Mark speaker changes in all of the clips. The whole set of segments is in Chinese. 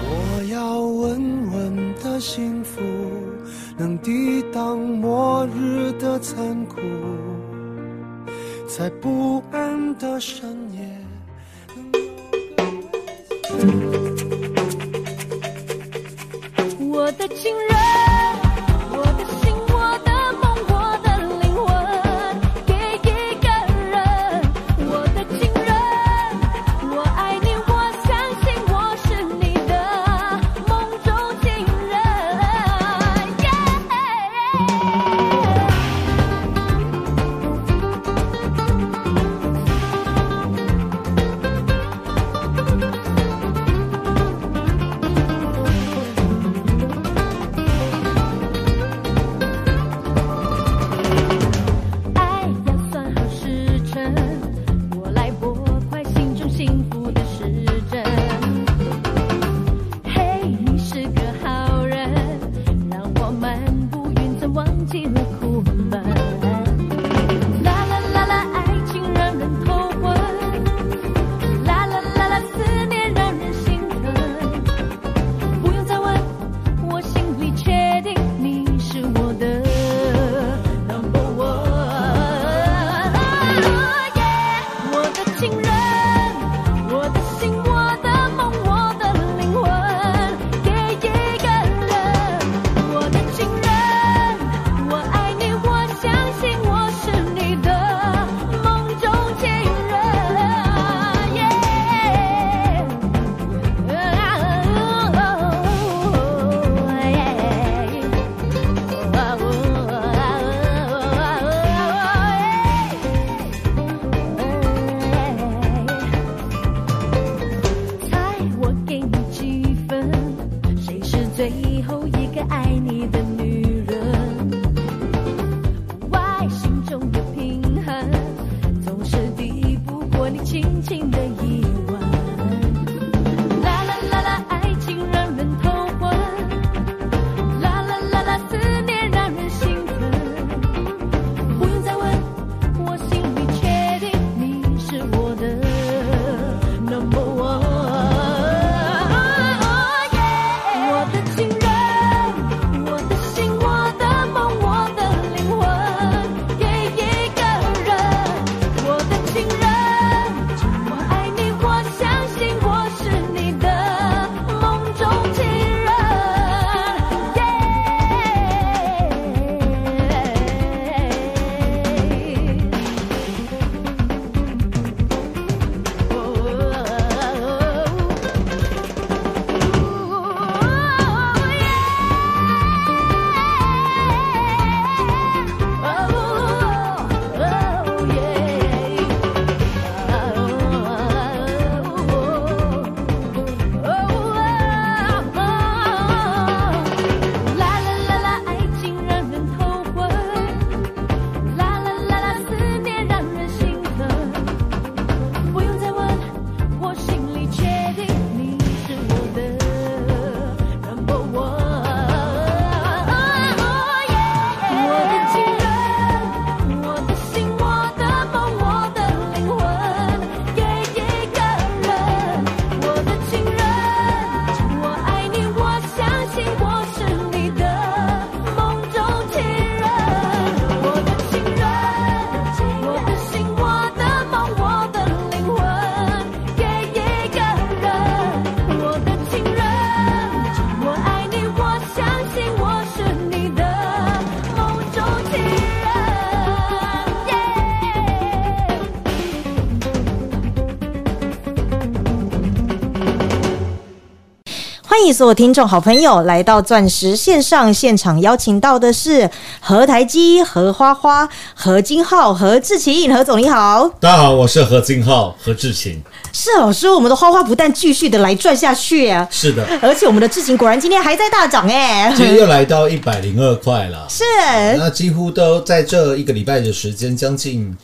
Speaker 1: 我要稳稳的幸福，能抵挡末日的残酷，在不安的深夜。
Speaker 2: 我的情人，我的心，我的梦，我的灵魂，给一个人。我的情人，我爱你，我相信我是你的梦中情人。爱要算好时辰，我来拨快心中幸福的时针。嘿，你是个好人，让我们不云层忘记了苦闷。啦啦啦啦，爱情让人头昏，啦啦啦啦，思念让人心疼。不用再问，我心里确定你是我的 number one。我的情人，我的心，我的梦，我的灵魂，给一个人。我的情人，我爱你，我相信我是你的梦中情人。啊哦耶！猜我给你几分？谁是最后一个爱你的女人？外心中的平衡，总是抵不过你轻轻的一吻。啦啦啦啦，爱情让人头昏。啦啦啦啦，思念让人兴奋。不用再问，我心里确定你是我的 number one。我 Oh 的情人，我的心，我的梦，我的灵魂，给一个人。我的情人，我爱你，我相信我是你的梦中情人。啦啦啦啦，爱情让人头昏；啦啦啦啦，思念让人心疼。不用再问，我心里确定你是我的 number one。我的情人，我的心，我的梦，我的灵魂，给一个人。我的情人，我爱你，我相信我是你的梦中情人。我的情人，我的心，我的梦，我的灵魂，给一个人。我的情人，我爱你，我相信我是你的梦中情人。耶。
Speaker 3: 欢迎所有听众好朋友来到钻石线上现场，邀请到的是何台基、何花花、何金浩、何志勤。何总你好，
Speaker 4: 大家好，我是何金浩，何志勤。
Speaker 3: 是啊老师，我们的花花不但继续的来赚下去啊，
Speaker 4: 是的，
Speaker 3: 而且我们的志勤果然今天还在大涨 哎、
Speaker 4: 今天又来到一百零二块了，
Speaker 3: 是啊
Speaker 4: 那几乎都在这一个礼拜的时间，将近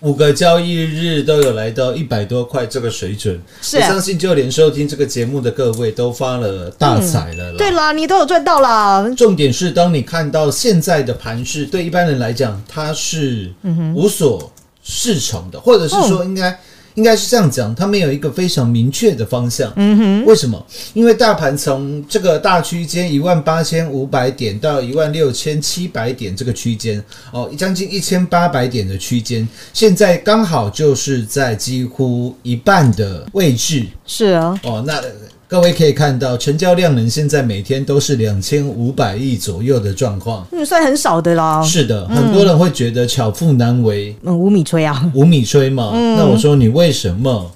Speaker 4: 五个交易日都有来到一百多块这个水准。
Speaker 3: 是
Speaker 4: 我相信就连收听这个节目的各位都发了大财了
Speaker 3: 嗯
Speaker 4: 啦。
Speaker 3: 对啦，你都有赚到啦，
Speaker 4: 重点是，当你看到现在的盘势，对一般人来讲，它是无所适从的，或者是说应该。应该是这样讲，它没有一个非常明确的方向。嗯哼，为什么？因为大盘从这个大区间一万八千五百点到一万六千七百点这个区间，哦，将近一千八百点的区间，现在刚好就是在几乎一半的位置。
Speaker 3: 是啊，
Speaker 4: 哦，那各位可以看到，成交量能现在每天都是两千五百亿左右的状况。
Speaker 3: 嗯，算很少的啦，
Speaker 4: 是的，很多人会觉得巧妇难为
Speaker 3: 嗯，无米炊啊。
Speaker 4: 无米炊嘛。那我说你为什么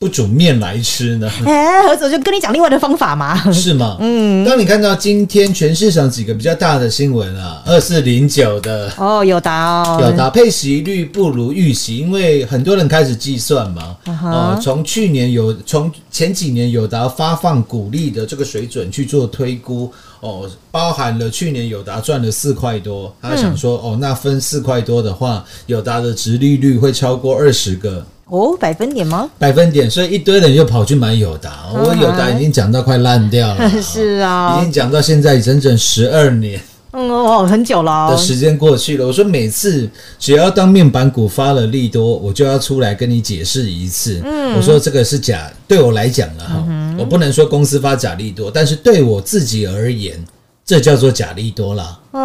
Speaker 4: 不煮面来吃呢？
Speaker 3: 哎、何总就跟你讲另外的方法嘛。
Speaker 4: 是吗？嗯。当你看到今天全市场几个比较大的新闻啊，二四零九的
Speaker 3: 哦，有答哦，
Speaker 4: 表达配息率不如预期，因为很多人开始计算嘛。
Speaker 3: 啊哈
Speaker 4: 呃，从去年有从前几年友达发放股利的这个水准去做推估，哦，包含了去年友达赚了四块多，他想
Speaker 3: 嗯
Speaker 4: 说、哦，那分四块多的话，友达的值利率会超过二十个。
Speaker 3: 哦，百分点 吗？，
Speaker 4: 百分点，所以一堆人又跑去买友达，我友达已经讲到快烂掉了
Speaker 3: 啊 是啊
Speaker 4: 已经讲到现在整整十二年，
Speaker 3: 嗯哦，很久了
Speaker 4: 的
Speaker 3: 哦，
Speaker 4: 时间过去了，我说每次只要当面板股发了利多，我就要出来跟你解释一次。嗯，我说这个是假，对我来讲了哈，我不能说公司发假利多，但是对我自己而言，这叫做假利多啦。每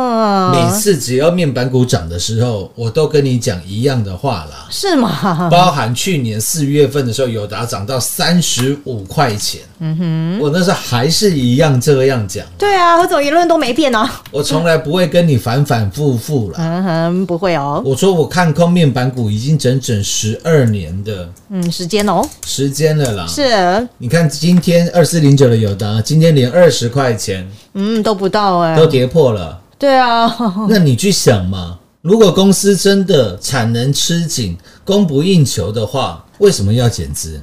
Speaker 3: 嗯，
Speaker 4: 次只要面板股涨的时候，我都跟你讲一样的话啦。
Speaker 3: 是吗？
Speaker 4: 包含去年四月份的时候，友达涨到三十五块钱，嗯哼，我那时候还是一样这样讲，
Speaker 3: 对啊，何总言论都没变啊。
Speaker 4: 我从来不会跟你反反复复啦。
Speaker 3: 嗯哼，不会哦，
Speaker 4: 我说我看空面板股已经整整十二年的
Speaker 3: 嗯，时间哦，
Speaker 4: 时间了啦。
Speaker 3: 是，
Speaker 4: 你看今天二四零九的友达，今天连二十块钱
Speaker 3: 嗯，都不到哎、
Speaker 4: 都跌破了。
Speaker 3: 对啊，
Speaker 4: 那你去想嘛，如果公司真的产能吃紧、供不应求的话，为什么要减资？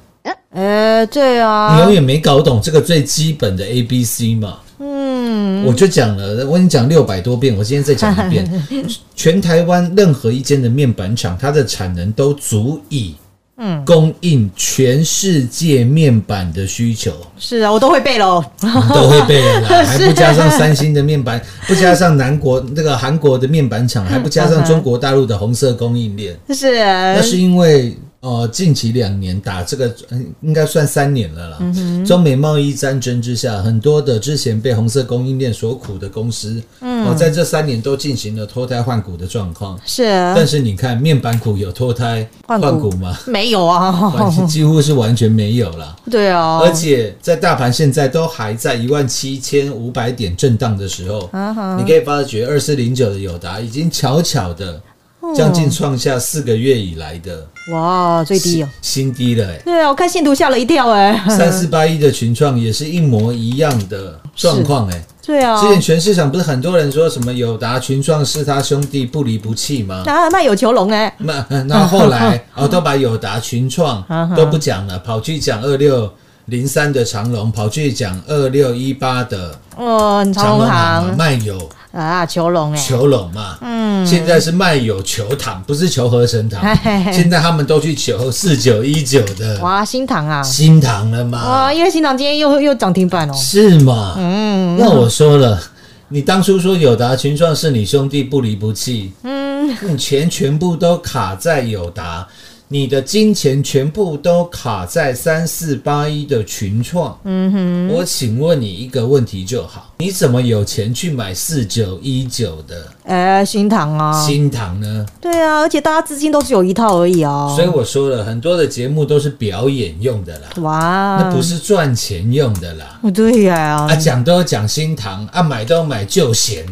Speaker 3: 哎、对啊，
Speaker 4: 你永远没搞懂这个最基本的 A B C 嘛。嗯，我就讲了，我跟你讲六百多遍，我今天再讲一遍。 全台湾任何一间的面板厂，它的产能都足以嗯供应全世界面板的需 求，
Speaker 3: 是啊，我都会背喽。
Speaker 4: 都会被 了啦，还不加上三星的面板，不加上南国那个韩国的面板厂，还不加上中国大陆的红色供应链，
Speaker 3: 是，
Speaker 4: 那是因为呃，近期两年打这个，嗯应该算三年了啦。
Speaker 3: 嗯
Speaker 4: 中美贸易战争之下，很多的之前被红色供应链所苦的公司，嗯、哦，在这三年都进行了脱胎换骨的状况。但
Speaker 3: 是
Speaker 4: 是你看，面板股有脱胎
Speaker 3: 嗯换骨
Speaker 4: 骨吗？
Speaker 3: 没有啊，
Speaker 4: 完几乎是完全没有啦。
Speaker 3: 对啊，
Speaker 4: 而且在大盘现在都还在一万七千五百点震荡的时候，
Speaker 3: 嗯
Speaker 4: 你可以发觉二四零九的友达已经悄悄的
Speaker 3: 哦
Speaker 4: 将近创下四个月以来的
Speaker 3: 哇，最低哦。
Speaker 4: 新低 了、欸。
Speaker 3: 对啊，我看线图吓了一跳哎、
Speaker 4: 三四八一的群创也是一模一样的状况哎、
Speaker 3: 对啊
Speaker 4: 之，前全市场不是很多人说什么友达群创是他兄弟不离不弃吗？
Speaker 3: 啊，那有囚笼哎、
Speaker 4: 那那 后来哦都把友达群创
Speaker 3: 啊哈
Speaker 4: 都不讲了，跑去讲二六零三的长隆，跑去讲二六一八的
Speaker 3: 哦，你长
Speaker 4: 长
Speaker 3: 隆
Speaker 4: 隆行嘛
Speaker 3: 行
Speaker 4: 卖友
Speaker 3: 啊，囚笼哎、
Speaker 4: 求拢嘛，嗯，现在是卖友求糖，不是求和神糖
Speaker 3: 嘿嘿，嘿
Speaker 4: 现在他们都去求四九一九的
Speaker 3: 哇，新塘啊，哦
Speaker 4: 新糖了嘛
Speaker 3: 哇，，因为新塘今天又又涨停板哦，
Speaker 4: 是吗？嗯，那我说了，你当初说友达群创是你兄弟不离不弃，嗯，你钱全部都卡在友达，你的金钱全部都卡在三四八一的群创，嗯哼，我请问你一个问题就好，你怎么有钱去买四九一九的
Speaker 3: 呃，新塘啊，
Speaker 4: 新塘呢？
Speaker 3: 对啊，而且大家资金都只有一套而已哦，
Speaker 4: 所以我说了，很多的节目都是表演用的啦，
Speaker 3: 哇，
Speaker 4: 那不是赚钱用的啦。
Speaker 3: 不对呀、
Speaker 4: 啊，讲都讲新糖，啊买都买旧咸，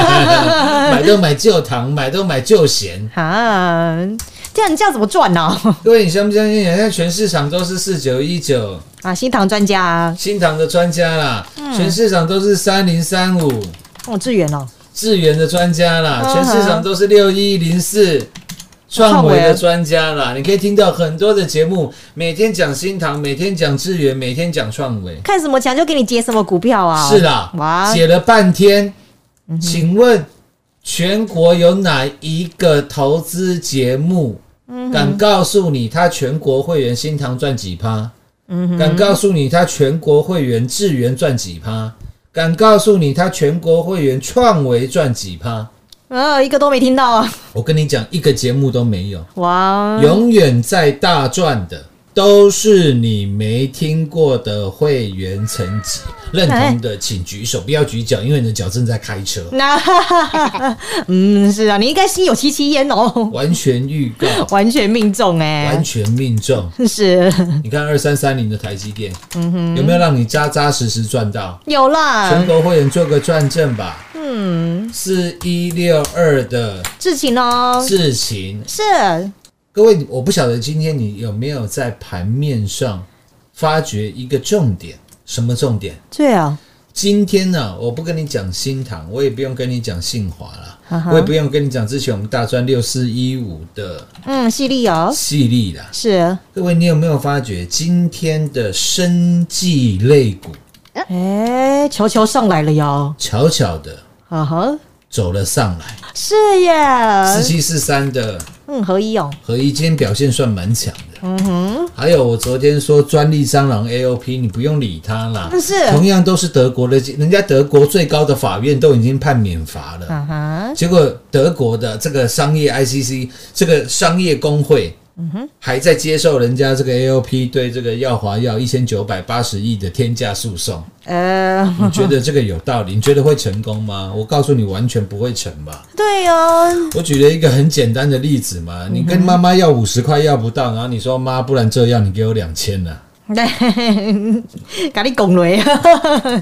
Speaker 4: 买都买旧糖，买都买旧咸。
Speaker 3: 啊，这样你这样怎么赚呢、啊
Speaker 4: 各位，你相不相信？现在全市场都是四九一九
Speaker 3: 啊，新塘专家、啊，
Speaker 4: 新糖的专家啦，全市场都是三零三五
Speaker 3: 哦，志远哦，
Speaker 4: 智源的专家啦，
Speaker 3: 嗯
Speaker 4: 全市场都是六一零四创维
Speaker 3: 创维
Speaker 4: 的专家啦，你可以听到很多的节目，每天讲新塘，每天讲智源，每天讲创维，
Speaker 3: 看什么强就给你接什么股票啊？
Speaker 4: 是啦，
Speaker 3: 哇，
Speaker 4: 写了半天，请问全国有哪一个投资节目敢告诉你他全国会员新塘赚几趴？敢告诉你他全国会员智源赚几趴？敢告诉你他全国会员创维赚几趴？
Speaker 3: 呃，一个都没听到啊！
Speaker 4: 我跟你讲，一个节目都没有。
Speaker 3: 哇，
Speaker 4: 永远在大赚的都是你没听过的会员层级，认同的请举手，不要举脚，因为你的脚正在开车。
Speaker 3: 那 嗯，是啊，你应该心有戚戚焉哦，
Speaker 4: 完全预告，
Speaker 3: 完全命中哎、
Speaker 4: 完全命中。
Speaker 3: 是
Speaker 4: 你看二三三零的台积电，有没有让你扎扎实实赚到？
Speaker 3: 有啦
Speaker 4: 全，国会员做个转正吧。嗯，四一六二的
Speaker 3: 志勤哦，
Speaker 4: 智勤，
Speaker 3: 是
Speaker 4: 各位，我不晓得今天你有没有在盘面上发掘一个重点？什么重点？
Speaker 3: 对啊，
Speaker 4: 今天呢、我不跟你讲新塘，我也不用跟你讲信华啦，
Speaker 3: 啊哈
Speaker 4: 我也不用跟你讲之前我们大赚六四一五的
Speaker 3: 嗯，犀利哦，
Speaker 4: 系列啦。
Speaker 3: 是，
Speaker 4: 各位，你有没有发觉今天的生技类股
Speaker 3: 哎、球球上来了哟，
Speaker 4: 悄悄的
Speaker 3: 啊
Speaker 4: Uh-huh.
Speaker 3: 哈，
Speaker 4: 走了上来？
Speaker 3: 是耶，哎
Speaker 4: 四七四三的
Speaker 3: 嗯，合一哦，
Speaker 4: 合一今天表现算蛮强的。嗯哼，还有我昨天说专利蟑螂 AOP，你不用理它啦。
Speaker 3: 但是
Speaker 4: 同样都是德国的，人家德国最高的法院都已经判免罚了。
Speaker 3: 啊哈，
Speaker 4: 结果德国的这个商业 ICC 这个商业工会，还在接受人家这个 AOP 对这个耀华药一千九百八十亿的天价诉讼。
Speaker 3: 呃，
Speaker 4: 你觉得这个有道理？你觉得会成功吗？我告诉你，完全不会成吧。
Speaker 3: 对哦，
Speaker 4: 我举了一个很简单的例子嘛，你跟妈妈要五十块要不到，然后你说妈，不然这样你给我两千呢？
Speaker 3: 咖喱拱雷，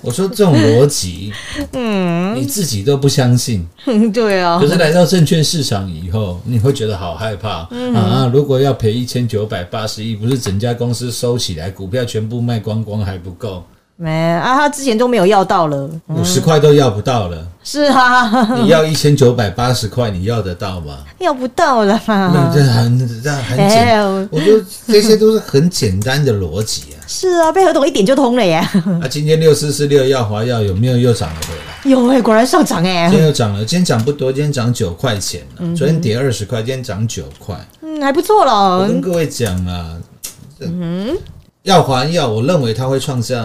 Speaker 4: 我说这种逻辑，嗯，你自己都不相信，
Speaker 3: 对啊
Speaker 4: 可，是来到证券市场以后，你会觉得好害怕、
Speaker 3: 嗯
Speaker 4: 啊！如果要赔一千九百八十亿，不是整家公司收起来，股票全部卖光光还不够，
Speaker 3: 没啊，他之前都没有要到了，
Speaker 4: 五十块都要不 到了。
Speaker 3: 是啊，
Speaker 4: 你要一千九百八十块，你要得到吗？
Speaker 3: 要不到了
Speaker 4: 那
Speaker 3: 嘛
Speaker 4: 这，很这很
Speaker 3: 哎
Speaker 4: 简，
Speaker 3: 呦
Speaker 4: 我觉得这些都是很简单的逻辑 啊。
Speaker 3: 是啊，被何董一点就通了耶，
Speaker 4: 啊，今天六四四六耀华药有没有又涨了回来？
Speaker 3: 有哎，果然上涨哎
Speaker 4: 今，天又涨了，今天涨不多，今天涨九块钱了、昨天跌二十块，今天涨九块。
Speaker 3: 嗯，还不错
Speaker 4: 我
Speaker 3: 了，
Speaker 4: 跟各位讲啊，嗯，耀华药，我认为它会创下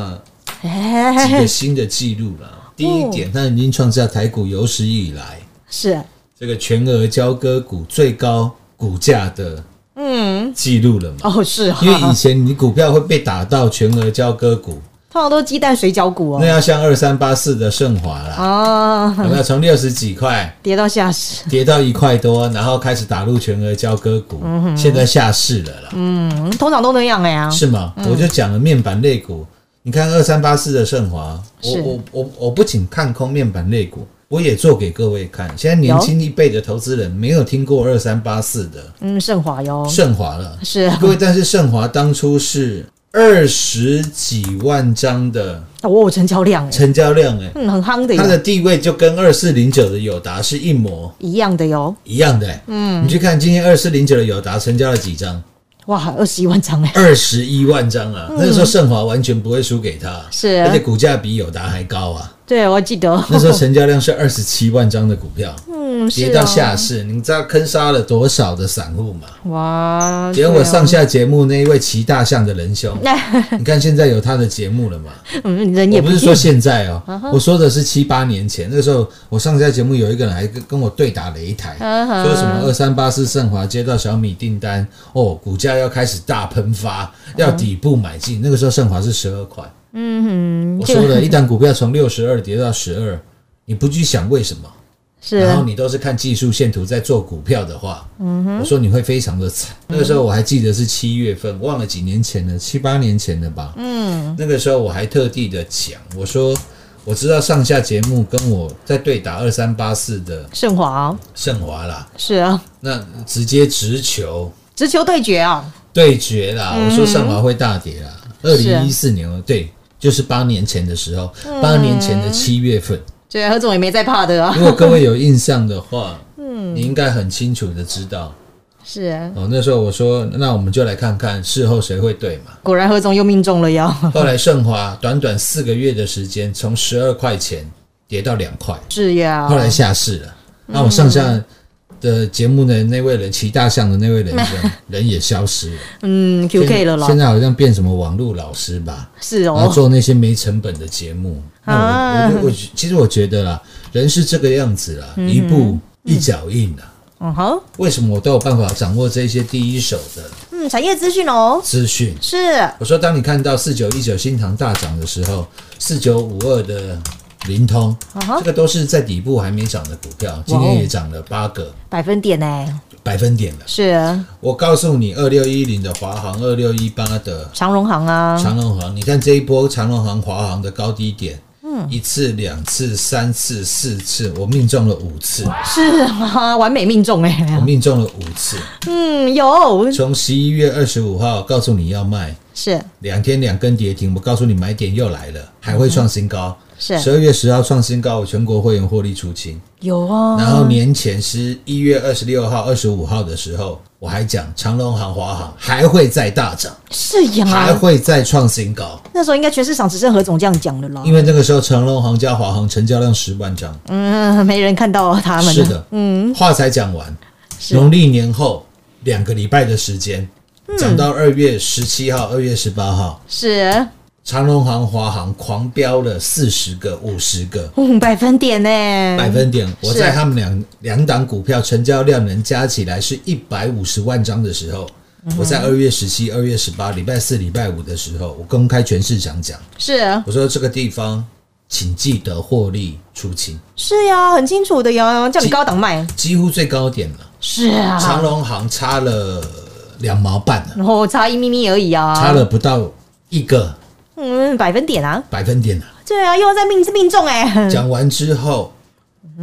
Speaker 4: 几
Speaker 3: 哎
Speaker 4: 个，新的纪录啦。第一点，它已经创下台股有史以来
Speaker 3: 是，
Speaker 4: 这个全额交割股最高股价的
Speaker 3: 嗯，
Speaker 4: 记录了嘛？
Speaker 3: 哦是啊，
Speaker 4: 因为以前你股票会被打到全额交割股，
Speaker 3: 通常都鸡蛋水饺股
Speaker 4: 那
Speaker 3: 哦，
Speaker 4: 要像二三八四的盛华啦，
Speaker 3: 啊，
Speaker 4: 有没有从六十几块
Speaker 3: 跌到下市，
Speaker 4: 跌到一块多，然后开始打入全额交割股，现在下市了啦。
Speaker 3: 嗯，通常都那样哎呀，
Speaker 4: 是吗？我就讲了面板类股，你看二三八四的盛华，我
Speaker 3: 是
Speaker 4: 我我我不仅看空面板类股，我也做给各位看。现在年轻一辈的投资人没有听过二三八四的
Speaker 3: 嗯，盛华哟，
Speaker 4: 盛华了，
Speaker 3: 是啊
Speaker 4: 各位，但是盛华当初是二十几万张的
Speaker 3: 哦，成交量哎，
Speaker 4: 成交量、欸，
Speaker 3: 嗯，很夯的
Speaker 4: 它的
Speaker 3: 哟，
Speaker 4: 地位就跟二四零九的友达是一模
Speaker 3: 一样的哟，
Speaker 4: 一样的、欸。嗯，你去看今天二四零九的友达成交了几张？
Speaker 3: 哇，二十一万张哎，
Speaker 4: 二十一万张啊！那时候盛华完全不会输给他，
Speaker 3: 嗯是
Speaker 4: 而且股价比友达还高啊。
Speaker 3: 对我记得，
Speaker 4: 那时候成交量是二十七万张的股票，
Speaker 3: 嗯，是
Speaker 4: 跌
Speaker 3: 啊
Speaker 4: 到下市，你知道坑杀了多少的散户吗？
Speaker 3: 哇，
Speaker 4: 结果
Speaker 3: 对哦
Speaker 4: 上下节目那一位骑大象的仁兄， 你看现在有他的节目了 嘛？
Speaker 3: 嗯，人也
Speaker 4: 我不
Speaker 3: 见嗯
Speaker 4: 是说现在哦，我说的是七八年前，那时候我上下节目有一个人还跟跟我对打擂台，
Speaker 3: 嗯哼
Speaker 4: 说什么二三八四盛华接到小米订单，哦，股价要开始大喷发，要底部买进。那个时候盛华是十二块，嗯我说了一档股票从六十二跌到十二，你不去想为什么，
Speaker 3: 是啊
Speaker 4: 然后你都是看技术线图在做股票的话，我说你会非常的惨。 那个时候我还记得是七月份，忘了几年前了，七八年前了吧。嗯，那个时候我还特地的讲，我说我知道上下节目跟我在对打二三八四的
Speaker 3: 盛华哦
Speaker 4: 盛华啦，
Speaker 3: 是啊，
Speaker 4: 那直接直球
Speaker 3: 直球对决啊，
Speaker 4: 对决啦。我说盛华会大跌啦，二
Speaker 3: 是
Speaker 4: 零一四年哦对，就是八年前的时候，八年前的七月份。
Speaker 3: 对，何总也没在怕的啊，
Speaker 4: 如果各位有印象的话，嗯，你应该很清楚的知道，
Speaker 3: 是，啊
Speaker 4: 哦，那时候我说，那我们就来看看事后谁会对嘛。
Speaker 3: 果然何总又命中了哟。
Speaker 4: 后来盛华短短四个月的时间，从十二块钱跌到两块，
Speaker 3: 是呀，
Speaker 4: 后来下市了。那我上下的节目的那位人，骑大象的那位人，人也消失了。
Speaker 3: 嗯，QK 了
Speaker 4: 现
Speaker 3: 啦，
Speaker 4: 在好像变什么网络老师吧，
Speaker 3: 是
Speaker 4: 然后
Speaker 3: 哦，
Speaker 4: 做那些没成本的节目。那
Speaker 3: 啊
Speaker 4: 我我我其实我觉得啦，人是这个样子啦，一步一脚印啦。
Speaker 3: 嗯哼，
Speaker 4: 为什么我都有办法掌握这些第一手的
Speaker 3: 嗯，产业资讯哦，
Speaker 4: 资讯？
Speaker 3: 是，
Speaker 4: 我说，当你看到四九一九新塘大涨的时候，四九五二的灵通
Speaker 3: 啊哈哦
Speaker 4: 这个都是在底部还没涨的股票，今天也涨了八个
Speaker 3: 百分点呢，
Speaker 4: 百分点了。
Speaker 3: 是啊
Speaker 4: 我告诉你，二六一零的华航，二六一八的
Speaker 3: 长荣行啊，
Speaker 4: 长隆行，你看这一波长隆行、华航的高低点，嗯，一次、两次、三次、四次，我命中了五次，
Speaker 3: 是啊， 完美命中哎，
Speaker 4: 我命中了五次。
Speaker 3: 嗯，有
Speaker 4: 从十一月二十五号告诉你要卖，
Speaker 3: 是
Speaker 4: 两天两根跌停，我告诉你买点又来了，还会创新高。十
Speaker 3: 是
Speaker 4: 二月十号创新高，我全国会员获利出清。
Speaker 3: 有啊，
Speaker 4: 然后年前十一月二十六号、二十五号的时候，我还讲长隆行、华航还会再大涨，
Speaker 3: 是呀，
Speaker 4: 还会再创新高，
Speaker 3: 那时候应该全市场只剩何总这样讲的啦，
Speaker 4: 因为那个时候长隆行加华航成交量十万张。
Speaker 3: 嗯，没人看到他们，
Speaker 4: 是的，嗯，话才讲完，
Speaker 3: 是
Speaker 4: 农历年后两个礼拜的时间，
Speaker 3: 嗯
Speaker 4: 涨到二月十七号、二月十八号，
Speaker 3: 是，
Speaker 4: 长隆行、华航狂飙了四十个、五十个。
Speaker 3: 嗯，百分点呢，
Speaker 4: 百分点，我
Speaker 3: 嗯是
Speaker 4: 在他们两两档股票成交量能加起来是一百五十万张的时候，
Speaker 3: 嗯
Speaker 4: 我在二月十七、二月十八、礼拜四、礼拜五的时候，我公开全市场讲，
Speaker 3: 是
Speaker 4: 我说这个地方请记得获利出清，
Speaker 3: 是呀，很清楚的呀，叫你高档卖，
Speaker 4: 几乎最高点了，
Speaker 3: 是
Speaker 4: 长
Speaker 3: 啊，
Speaker 4: 隆行差了两毛半了，
Speaker 3: 然后哦差一咪咪而已啊，
Speaker 4: 差了不到一个
Speaker 3: 嗯百分点啊，
Speaker 4: 百分点了。
Speaker 3: 对啊，又要再命命中哎、
Speaker 4: 讲完之后，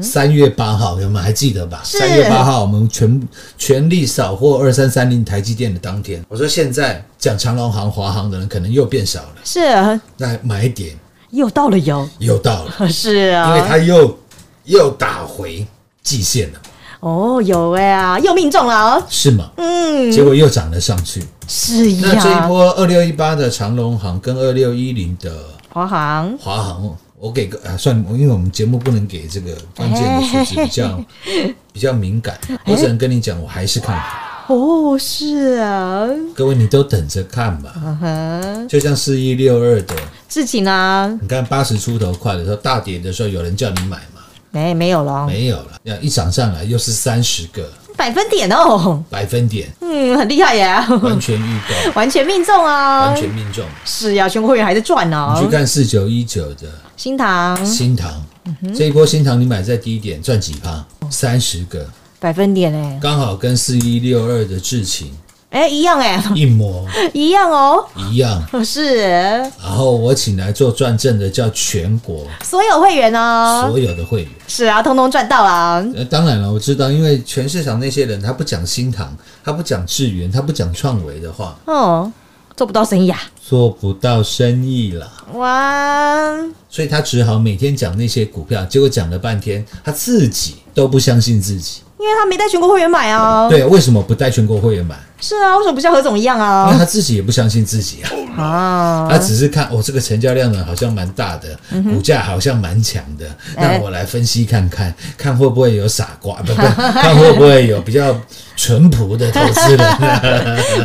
Speaker 4: 三月八号，你们还记得吧？
Speaker 3: 是
Speaker 4: 三月八号，我们全全力扫货二三三零台积电的当天，我说现在讲长隆行、华航的人可能又变少了，
Speaker 3: 是啊，
Speaker 4: 那买点
Speaker 3: 又到了哟，
Speaker 4: 又到了，
Speaker 3: 是
Speaker 4: 因为
Speaker 3: 啊，
Speaker 4: 它又又打回季线了，
Speaker 3: 哦有哎、啊，又命中了哦，
Speaker 4: 是吗？
Speaker 3: 嗯，
Speaker 4: 结果又涨了上去。
Speaker 3: 是
Speaker 4: 那这一
Speaker 3: 呀，
Speaker 4: 波二六一八的长隆行跟二六一零的
Speaker 3: 华航
Speaker 4: 华航，我给个啊，算，因为我们节目不能给这个关键的数字比较比较敏感，我只能跟你讲，我还是看好。
Speaker 3: 哦是啊，
Speaker 4: 各位，你都等着看吧。
Speaker 3: 嗯哼，
Speaker 4: 就像四一六二的，
Speaker 3: 事情啊，
Speaker 4: 你看八十出头快的时候，大跌的时候，有人叫你买吗？
Speaker 3: 没没有了，
Speaker 4: 没有了，那一涨上来又是三十个
Speaker 3: 百分点哦，
Speaker 4: 百分点，
Speaker 3: 嗯，很厉害耶、
Speaker 4: 完全预告，
Speaker 3: 完全命中啊
Speaker 4: 完！全命中。
Speaker 3: 是呀、全国会员还在赚呢、
Speaker 4: 你去看四九一九的
Speaker 3: 新塘
Speaker 4: 新塘，这一波新塘你买在低点赚几趴？三十个，
Speaker 3: 百分点哎、
Speaker 4: 刚好跟四一六二的智勤
Speaker 3: 哎、一样哎、
Speaker 4: 一模
Speaker 3: 一样哦，
Speaker 4: 一样。
Speaker 3: 是
Speaker 4: 然后我请来做转正的叫全国
Speaker 3: 所有会员哦，
Speaker 4: 所有的会员。
Speaker 3: 是啊，通通赚到啦，
Speaker 4: 呃，当然了，我知道，因为全市场那些人他不讲新塘，他不讲智源，他不讲创维的话，
Speaker 3: 哦，做不到生意啊，
Speaker 4: 做不到生意啦。
Speaker 3: 哇，
Speaker 4: 所以他只好每天讲那些股票，结果讲了半天，他自己都不相信自己。
Speaker 3: 因为他没带全国会员买啊，
Speaker 4: 对，为什么不带全国会员买？
Speaker 3: 是啊，为什么不像何总一样
Speaker 4: 因
Speaker 3: 啊？
Speaker 4: 为他自己也不相信自己啊。
Speaker 3: 啊，嗯
Speaker 4: 他只是看哦，这个成交量呢好像蛮大的，股价好像蛮强的，
Speaker 3: 哎
Speaker 4: 那我来分析看看，看会不会有傻瓜，啊 不不，看会不会有比较淳朴的投资 人，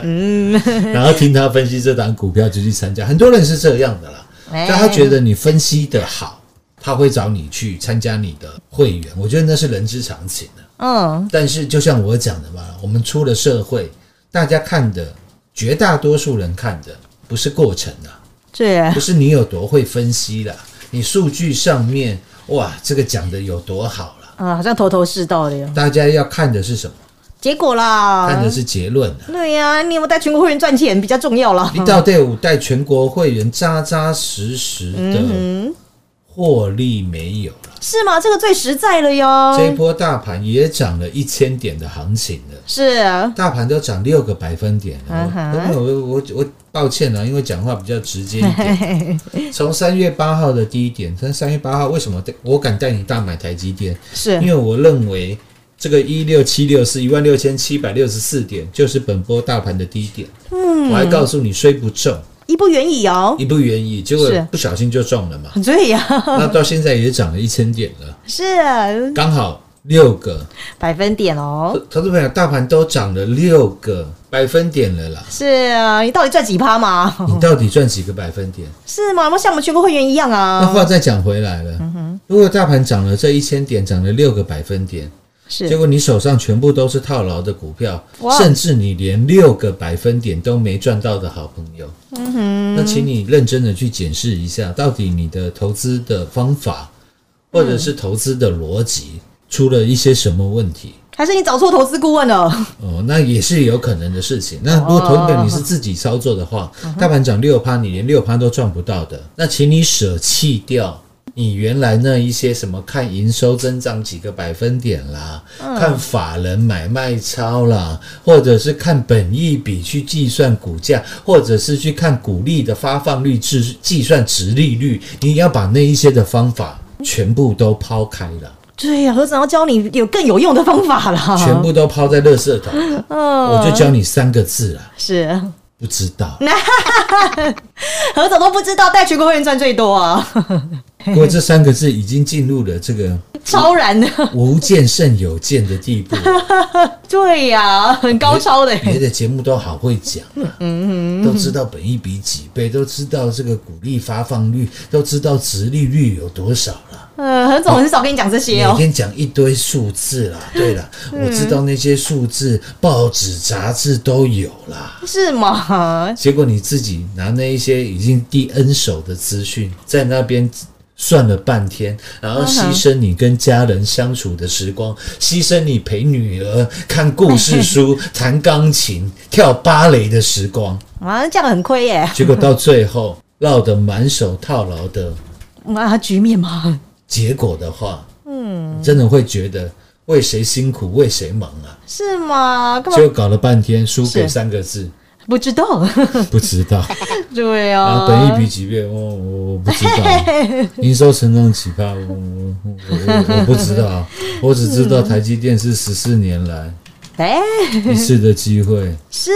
Speaker 3: 嗯
Speaker 4: 然后听他分析这档股票就去参加，很多人是这样的啦，
Speaker 3: 哎
Speaker 4: 但他觉得你分析的好，他会找你去参加你的会员，我觉得那是人之常情啊的。
Speaker 3: 嗯，
Speaker 4: 但是就像我讲的嘛，我们出了社会，大家看的，绝大多数人看的不是过程啊。
Speaker 3: 对
Speaker 4: 不，是你有多会分析啦，你数据上面哇，这个讲的有多好啦，
Speaker 3: 啊，好像头头是道的哟，
Speaker 4: 大家要看的是什么？
Speaker 3: 结果啦，
Speaker 4: 看的是结论啊。
Speaker 3: 对呀、你有没有带全国会员赚钱比较重要啦。
Speaker 4: 一到第五代全国会员扎扎实实
Speaker 3: 嗯
Speaker 4: 的获利没有了，
Speaker 3: 是吗？这个最实在了哟。
Speaker 4: 这一波大盘也涨了一千点的行情了。
Speaker 3: 是
Speaker 4: 大盘都涨六个百分点
Speaker 3: 嗯
Speaker 4: 了，
Speaker 3: 哼
Speaker 4: 我我我我抱歉了，因为讲话比较直接一 点。从三月八号的低点，从三月八号为什么我敢带你大买台积电？
Speaker 3: 是
Speaker 4: 因为我认为这个一六七六是一万六千七百六十四点，就是本波大盘的低点。嗯，我还告诉你，虽不中，
Speaker 3: 一不远矣 哦。
Speaker 4: 一不远矣，结果
Speaker 3: 是
Speaker 4: 不小心就中了 嘛。
Speaker 3: 对呀，
Speaker 4: 那到现在也涨了一千点了，
Speaker 3: 是
Speaker 4: 刚好六个。
Speaker 3: 百分点哦。
Speaker 4: 投资朋友，大盘都涨了六个百分点了啦，
Speaker 3: 是啊，你到底赚几趴 嘛？
Speaker 4: 你到底赚几个百分点？
Speaker 3: 是吗？有没有像我们全国会员一样
Speaker 4: 那话
Speaker 3: 啊？
Speaker 4: 再讲回来了，如果大盘涨了这一千点，涨了六个百分点，结
Speaker 3: 是
Speaker 4: 果你手上全部都是套牢的股票
Speaker 3: 哇，
Speaker 4: 甚至你连六个百分点都没赚到的好朋友，
Speaker 3: 嗯
Speaker 4: 那请你认真的去检视一下，到底你的投资的方法或者是投资的逻辑出了一些什么问题。
Speaker 3: 还是你找错投资顾问了？
Speaker 4: 哦，那也是有可能的事情。那如果同等你是自己操作的话，大盘涨六趴，你连六趴都赚不到的，那请你舍弃掉你原来那一些什么看营收增长几个百分点啦，看法人买卖超啦，或者是看本益比去计算股价，或者是去看股利的发放率计计算值利率，你要把那一些的方法全部都抛开了。
Speaker 3: 对呀、何总要教你有更有用的方法啦。嗯
Speaker 4: 全部都抛在垃圾桶，我就教你三个字啦。
Speaker 3: 是
Speaker 4: 不知道，
Speaker 3: 何总都不知道带全国会员赚最多啊，
Speaker 4: 不过这三个字已经进入了这 个
Speaker 3: 超然的。
Speaker 4: 无见胜有见的地步。
Speaker 3: 对呀、很高超 的。嗯
Speaker 4: 别的节目都好会讲、啊，都知道本益比几倍，都知道这个股利发放率，都知道值利率有多少了。
Speaker 3: 呃，何总很少跟你讲这些
Speaker 4: 每
Speaker 3: 哦。嗯
Speaker 4: 天讲一堆数字啦，对 啦，我知道那些数字，报纸、杂志都有啦。
Speaker 3: 是吗？
Speaker 4: 结果你自己拿那一些已经第 N 手的资讯，在那边算了半天，然后牺牲你跟家人相处的时光，牺牲你陪女儿看故事书、弹钢琴、跳芭蕾的时光，
Speaker 3: 啊，这样很亏耶！
Speaker 4: 结果到最后落得满手套牢的
Speaker 3: 啊，局面嘛，
Speaker 4: 结果的话，嗯，真的会觉得为谁辛苦为谁忙啊！
Speaker 3: 是吗？干
Speaker 4: 结
Speaker 3: 嘛
Speaker 4: 果搞了半天，输给
Speaker 3: 是
Speaker 4: 三个字，
Speaker 3: 不知道？
Speaker 4: 不知道。
Speaker 3: 对
Speaker 4: 然
Speaker 3: 啊
Speaker 4: 后，本一比几倍，我哦我我不知道，营收成长几趴，我我我我我不知道，我只知道台积电是十四年来
Speaker 3: 哎、
Speaker 4: 一次的机会，
Speaker 3: 是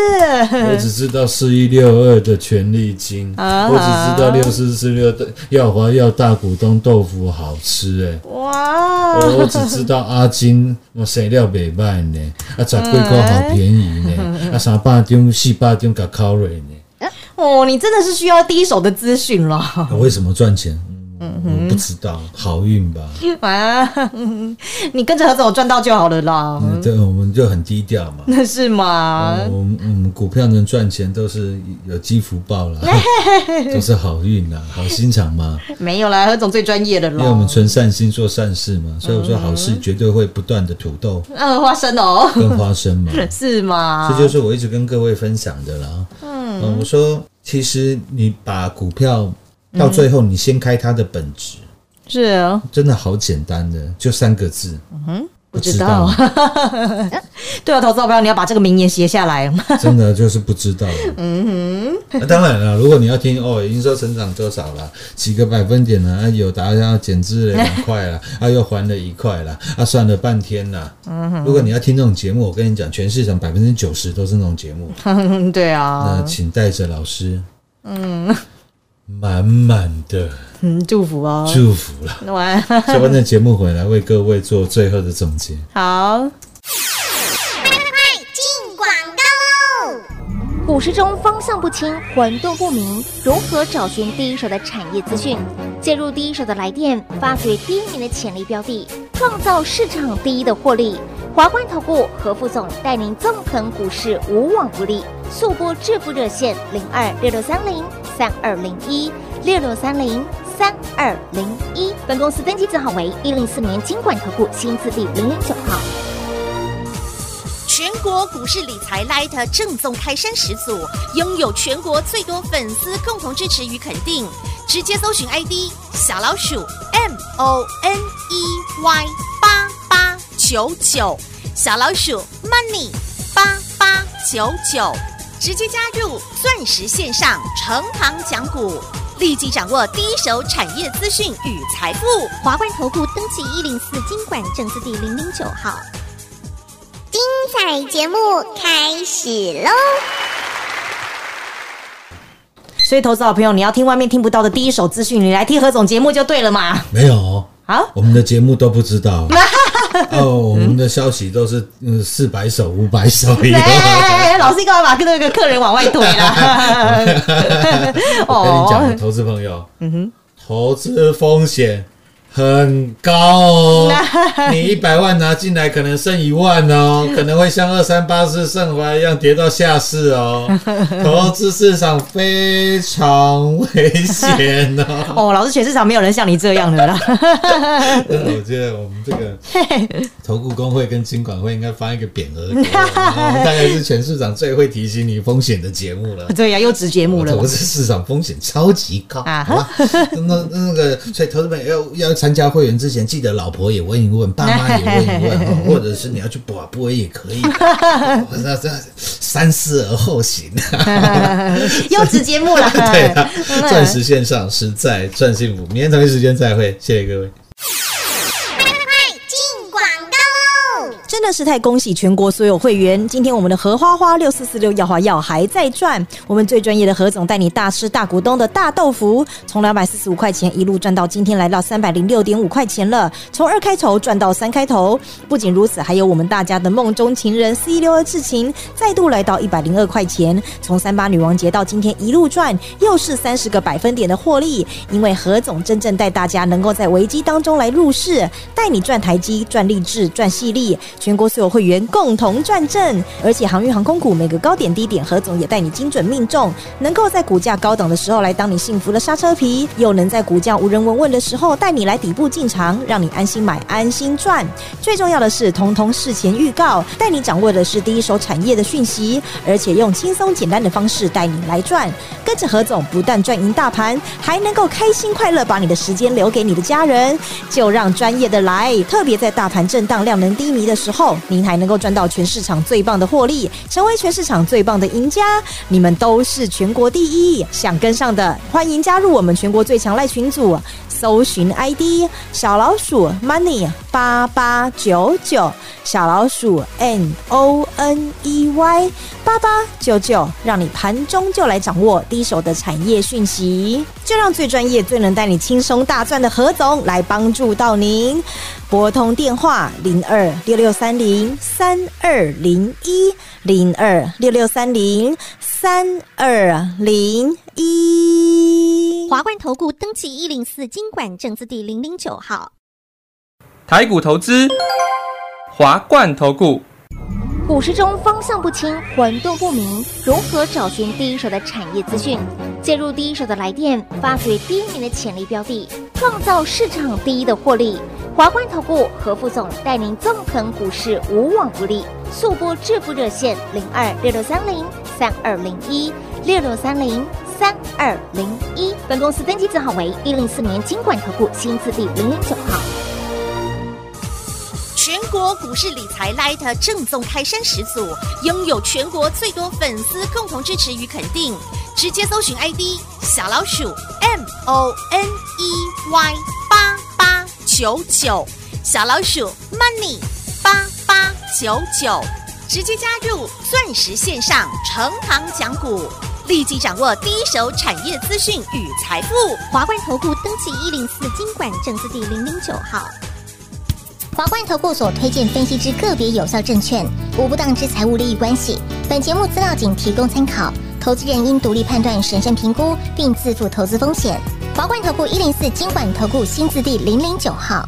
Speaker 4: 我只知道四一六二的权利金，
Speaker 3: 嗯啊
Speaker 4: 我只知道六四四六的耀华耀大股东豆腐好吃哎、
Speaker 3: 哇，
Speaker 4: 我我只知道阿金，我生料袂歹呢，啊十几块好便宜呢，啊三百张四百张甲考瑞呢。
Speaker 3: 哦，你真的是需要第一手的资讯了。
Speaker 4: 我为什么赚钱？嗯，我不知道，好运吧。
Speaker 3: 啊， 嗯你跟着何总赚到就好了啦，
Speaker 4: 嗯，对，我们就很低调嘛。哦
Speaker 3: 那是吗？
Speaker 4: 我们我们股票能赚钱都是有积福报 啦，都是好运啦，好心肠嘛。
Speaker 3: 没有啦，何总最专业的
Speaker 4: 因为我
Speaker 3: 啦
Speaker 4: 们。存善心做善事嘛，所以我说好事绝对会不断的土豆
Speaker 3: 嗯，花生哦，
Speaker 4: 跟花生嘛，
Speaker 3: 是啊吗？
Speaker 4: 这就是我一直跟各位分享的啦。嗯，我说其实你把股票
Speaker 3: 嗯
Speaker 4: 到最后，你先开它的本质，
Speaker 3: 是啊，
Speaker 4: 真的好简单的，就三个字。嗯，
Speaker 3: 不知道。对啊，投资好朋友，你要把这个名言写下来。
Speaker 4: 真的就是不知道。嗯哼、当然了，如果你要听哦，营收成长多少啦，几个百分点啦，啊，有达要减资了两块啦， 啊，又还了一块啦，啊，算了半天啦。嗯哼，如果你要听这种节目，我跟你讲，全市场百分之九十都是那种节目。
Speaker 3: 对啊
Speaker 4: 那，请带着老师，嗯，满满的
Speaker 3: 嗯，祝福哦。
Speaker 4: 祝福 啦。
Speaker 3: 晚安，
Speaker 4: 下班的节目回来为各位做最后的总结。
Speaker 3: 好。
Speaker 5: 进广告喽！股市中方向不清、混沌不明，如何找寻第一手的产业资讯？介入第一手的来电，发掘第一名的潜力标的，创造市场第一的获利。华冠投顾何副总带您纵横股市，无往不利。速播致富热线零二六六三零三二零一六六三零三二零一。本公司登记字号为一零四年经管投顾新字第零零九号。全国股市理财 Light 正宗开山始祖，拥有全国最多粉丝共同支持与肯定。直接搜寻 ID 小老鼠 M O N E Y 八八九九，小老鼠 Money 八八九九，直接加入钻石线上成行讲股，立即掌握第一手产业资讯与财富。华冠投顾登记一零四经管证字第零零九号。
Speaker 6: 彩节目开始喽！
Speaker 3: 所以，投资好朋友，你要听外面听不到的第一手资讯，你来听何总节目就对了嘛。
Speaker 4: 没有，哦
Speaker 3: 好，
Speaker 4: 我们的节目都不知道 哦，我们的消息都是嗯四百首、五百首以
Speaker 3: 哎哎
Speaker 4: 后。
Speaker 3: 哎哎老师干嘛把那个客人往外推啦？哦
Speaker 4: 我跟你讲，投资朋友，嗯哼，投资风险很高哦。你一百万拿进来，可能剩一万哦，可能会像二三八四剩回来一样跌到下市哦。投资市场非常危险哦。
Speaker 3: 哦，老师全市场没有人像你这样的啦。
Speaker 4: 我觉得我们这个投顾工会跟金管会应该发一个匾额给我们，我们大概是全市场最会提醒你风险的节目 了。
Speaker 3: 对呀、又值节目了
Speaker 4: 投。资市场风险超级高，
Speaker 3: 啊
Speaker 4: 好吧？那那个，所以投资朋友要要参加会员之前，记得老婆也问一问，爸妈也问一问，哦或者是你要去卜卜也可以，哦那这三思而后行。
Speaker 3: 又值节目了。
Speaker 4: 对啊，钻石线上实在赚幸福，明天同一时间再会，谢谢各位。
Speaker 6: 进广告喽！
Speaker 3: 真的是太恭喜全国所有会员！今天我们的荷花花六四四六耀华耀还在赚，我们最专业的何总带你大吃大股东的大豆腐，从两百四十五块钱一路赚到今天来到三百零六点五块钱了，从二开头赚到三开头。不仅如此，还有我们大家的梦中情人 C 六二智勤再度来到一百零二块钱，从三八女王节到今天一路赚，又是三十个百分点的获利。因为何总真正带大家能够在危机当中来入市，带你赚台积、赚励志、赚细粒，全国所有会员共同赚正。而且航运航空股每个高点低点，何总也带你精准命中，能够在股价高档的时候来当你幸福的刹车皮，又能在股价无人闻问的时候带你来底部进场，让你安心买、安心赚。最重要的是，通通事前预告，带你掌握的是第一手产业的讯息，而且用轻松简单的方式带你来赚。跟着何总，不但赚赢大盘，还能够开心快乐把你的时间留给你的家人，就让专业的来。特别在大盘震荡、量能低迷的时候，您还能够赚到全市场最棒的获利，成为全市场最棒的赢家。你们都是全国第一，想跟上的，欢迎加入我们全国最强赖群组。搜寻 ID 小老鼠 Money 八八九九，小老鼠 N O N E Y 八八九九，让你盘中就来掌握第一手的产业讯息，就让最专业、最能带你轻松大赚的何总来帮助到您。拨通电话零二六六三零三二零一零二六六三零三二零一。
Speaker 6: 华冠投顾登记一零四经管证字第零零九号。
Speaker 7: 台股投资，华冠投顾。
Speaker 5: 股市中方向不清、混沌不明，如何找寻第一手的产业资讯？介入第一手的来电，发掘第一名的潜力标的，创造市场第一的获利。华冠投顾何副总带领纵横股市，无往不利。速播致富热线零二六六三零三二零一六六三零三二零一。本公司登记字号为一零四年经管投顾新字第零零九号。
Speaker 6: 全国股市理财 Light 正宗开山始祖，拥有全国最多粉丝共同支持与肯定。直接搜寻 ID 小老鼠 M O N E Y 八八九九，小老鼠 Money 八八九九，直接加入钻石线上成行讲股，立即掌握第一手产业资讯与财富。华冠投顾登记一零四经管证字第零零九号。
Speaker 8: 华冠投顾所推荐分析之个别有效证券，无不当之财务利益关系。本节目资料仅提供参考，投资人应独立判断、审慎评估，并自负投资风险。华冠投顾一零四经管投顾新字第零零九号。